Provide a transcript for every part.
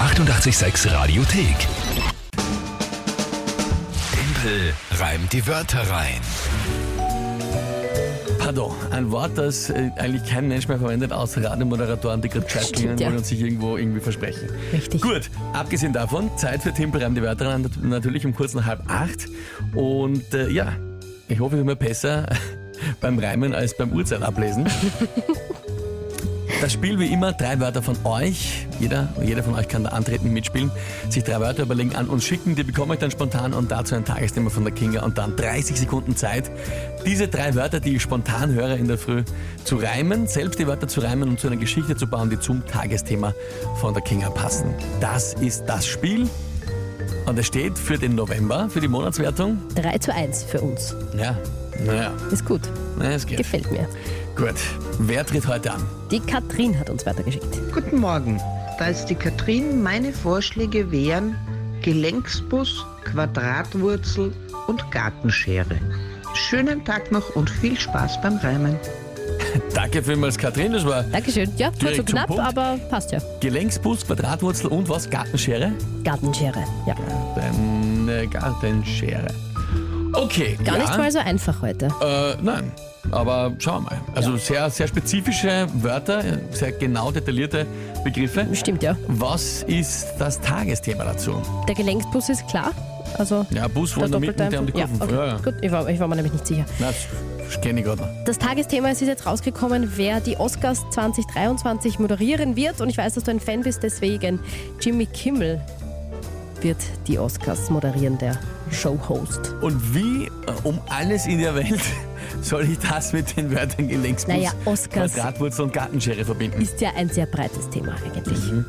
886 Radiothek. Tempel reimt die Wörter rein. Pardon, ein Wort, das äh, eigentlich kein Mensch mehr verwendet, außer Radiomoderatoren, die gerade gescheit Stimmt, klingen ja. wollen und sich irgendwo irgendwie versprechen. Richtig. Gut, abgesehen davon, Zeit für Timpelreim die Wörter rein, nat- natürlich um kurz nach halb acht. Und äh, ja, ich hoffe, ich bin mir besser beim Reimen als beim Uhrzeit ablesen. Das Spiel wie immer, drei Wörter von euch. Jeder, jeder von euch kann da antreten, mitspielen, sich drei Wörter überlegen, an uns schicken. Die bekomme ich dann spontan und dazu ein Tagesthema von der Kinga und dann 30 Sekunden Zeit, diese drei Wörter, die ich spontan höre in der Früh, zu reimen, selbst die Wörter zu reimen und zu einer Geschichte zu bauen, die zum Tagesthema von der Kinga passen. Das ist das Spiel. Und es steht für den November, für die Monatswertung. 3 zu 1 für uns. Ja, naja, Ist gut. na, es geht. Gefällt mir. Gut. Wer tritt heute an? Die Katrin hat uns weitergeschickt. Guten Morgen, da ist die Katrin. Meine Vorschläge wären Gelenksbus, Quadratwurzel und Gartenschere. Schönen Tag noch und viel Spaß beim Reimen. Danke vielmals, Katrin. Das war Dankeschön. Ja, kurz Direkt und zum knapp, Punkt. aber passt ja. Gelenksbus, Quadratwurzel und was? Gartenschere? Gartenschere. Ja. Deine Gartenschere. Okay. Gar ja. nicht mal so einfach heute. Äh, nein. Aber schauen wir mal. Also sehr, sehr spezifische Wörter, sehr genau detaillierte Begriffe. Stimmt ja. Was ist das Tagesthema dazu? Der Gelenksbus ist klar. Also Ja, Bus, wo der in der Mitte, doppelte der um die ja, Kurven. okay. Ja, ja. Gut, ich war, ich war mir nämlich nicht sicher. Nein, das kenne ich gerade noch. Das Tagesthema es ist jetzt rausgekommen, wer die Oscars 2023 moderieren wird. Und ich weiß, dass du ein Fan bist, deswegen Jimmy Kimmel wird die Oscars moderieren, der Showhost. Und wie äh, um alles in der Welt soll ich das mit den Wörtern Gelenksbus, Naja, Oscars. Quadratwurzel und Gartenschere verbinden? Ist ja ein sehr breites Thema eigentlich. Mhm.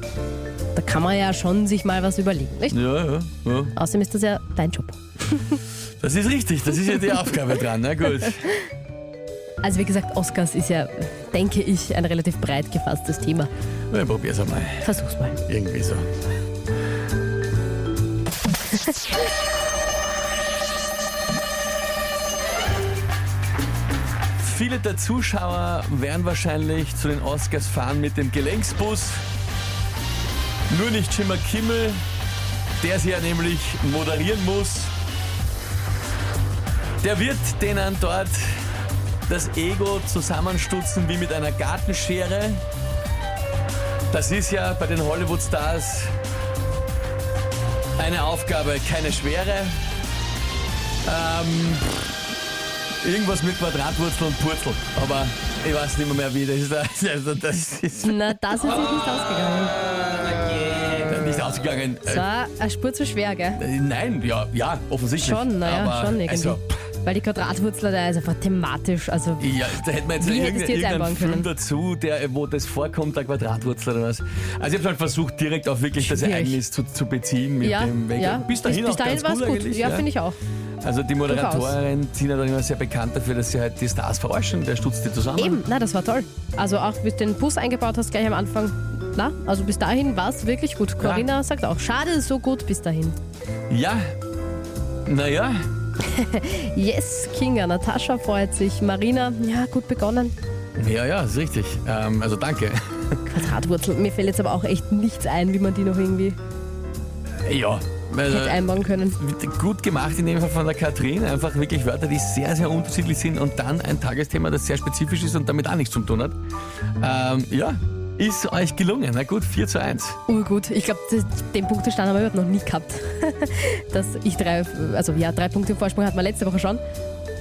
Da kann man ja schon sich mal was überlegen, nicht? Ja, ja, ja. Außerdem ist das ja dein Job. Das ist richtig, das ist ja die Aufgabe dran. Na gut. Also wie gesagt, Oscars ist ja, denke ich, ein relativ breit gefasstes Thema. Na, Ich probier's einmal. Versuch's mal. Irgendwie so. Viele der Zuschauer werden wahrscheinlich zu den Oscars fahren mit dem Gelenksbus. Nur nicht Jimmer Kimmel, der sie ja nämlich moderieren muss. Der wird denen dort das Ego zusammenstutzen wie mit einer Gartenschere. Das ist ja bei den Hollywood-Stars eine Aufgabe, keine schwere. Ähm, irgendwas mit Quadratwurzel und Purzel. Aber ich weiß nicht mehr, mehr wie. Das ist, also das ist Na, das ist sich nicht ausgegangen. Äh. nicht ausgegangen. Das Äh, war eine Spur zu schwer, gell? nein, ja, ja, offensichtlich. Schon, naja, Aber, schon irgendwie. Also, Weil die Quadratwurzel da ist einfach thematisch, also ja, da hätte man jetzt Wie hättest irgendeinen, du jetzt irgendeinen einbauen Film können? dazu, der, wo das vorkommt, der Quadratwurzel oder was. Also ich habe halt versucht, direkt auf wirklich das Schwierig. Ereignis zu, zu beziehen mit ja, dem Weg. ja. Bis dahin bis, auch dahin ganz war's gut, gut. eigentlich, Ja, finde ich auch. Also die Moderatorin Tina dann immer sehr bekannt dafür, dass sie halt die Stars verarschen, der stutzt die zusammen. Eben, na, das war toll. Also auch bis du den Bus eingebaut hast, gleich am Anfang. Na, also bis dahin war es wirklich gut. Corinna sagt auch, schade, so gut bis dahin. Ja. Naja, Yes, Kinga, Natascha freut sich, Marina, ja, gut begonnen. ja, ja, ist richtig. Ähm, also danke. Quadratwurzel, mir fällt jetzt aber auch echt nichts ein, wie man die noch irgendwie Ja. Also, hätte einbauen können. gut gemacht in dem Fall von der Katrin. Einfach wirklich Wörter, die sehr, sehr unterschiedlich sind und dann ein Tagesthema, das sehr spezifisch ist und damit auch nichts zu tun hat. Ähm, ja, ist euch gelungen. Na gut, 4 zu 1. Urgut, ich glaube, den Punktestand haben wir überhaupt noch nie gehabt. Dass ich drei, also ja, drei Punkte im Vorsprung hatten wir letzte Woche schon.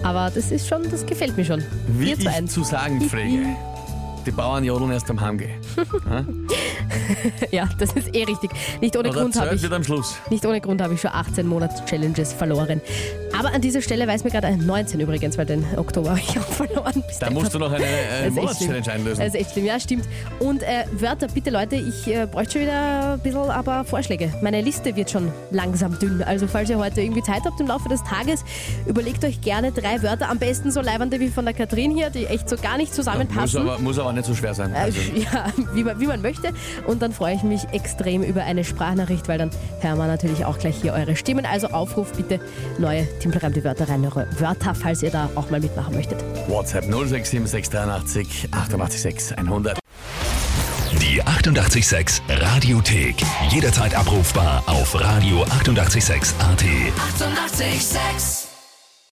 Aber das ist schon, das gefällt mir schon. Wie 4 zu ich 1. zu sagen pflege. Die Bauern jodeln erst am Heimgehen. Ja, das ist eh richtig. Nicht ohne Aber Grund habe der ich. wird am Schluss. Nicht ohne Grund habe ich schon 18 Monats-Challenges verloren. Aber an dieser Stelle weiß mir gerade ein 19 übrigens, weil den Oktober habe ich auch verloren. Bist Da einfach- musst du noch eine, eine Das ist echt schlimm. Also Monatschallenge einlösen. Das ist echt schlimm, ja, stimmt. Und äh, Wörter, bitte Leute, ich äh, bräuchte schon wieder ein bisschen aber Vorschläge. Meine Liste wird schon langsam dünn. Also falls ihr heute irgendwie Zeit habt im Laufe des Tages, überlegt euch gerne drei Wörter. Am besten so leibernde wie von der Katrin hier, die echt so gar nicht Muss zusammenpassen. aber, muss aber nicht so schwer sein. Äh, Also, Ja, wie man, wie man möchte. Und dann freue ich mich extrem über eine Sprachnachricht, weil dann hören wir natürlich auch gleich hier eure Stimmen. Also Aufruf bitte, neue Timpelreimte Wörter rein, eure Wörter, falls ihr da auch mal mitmachen möchtet. WhatsApp 0676 88 6 100. Die 886 Radiothek. Jederzeit abrufbar auf radio886.at. 886! 886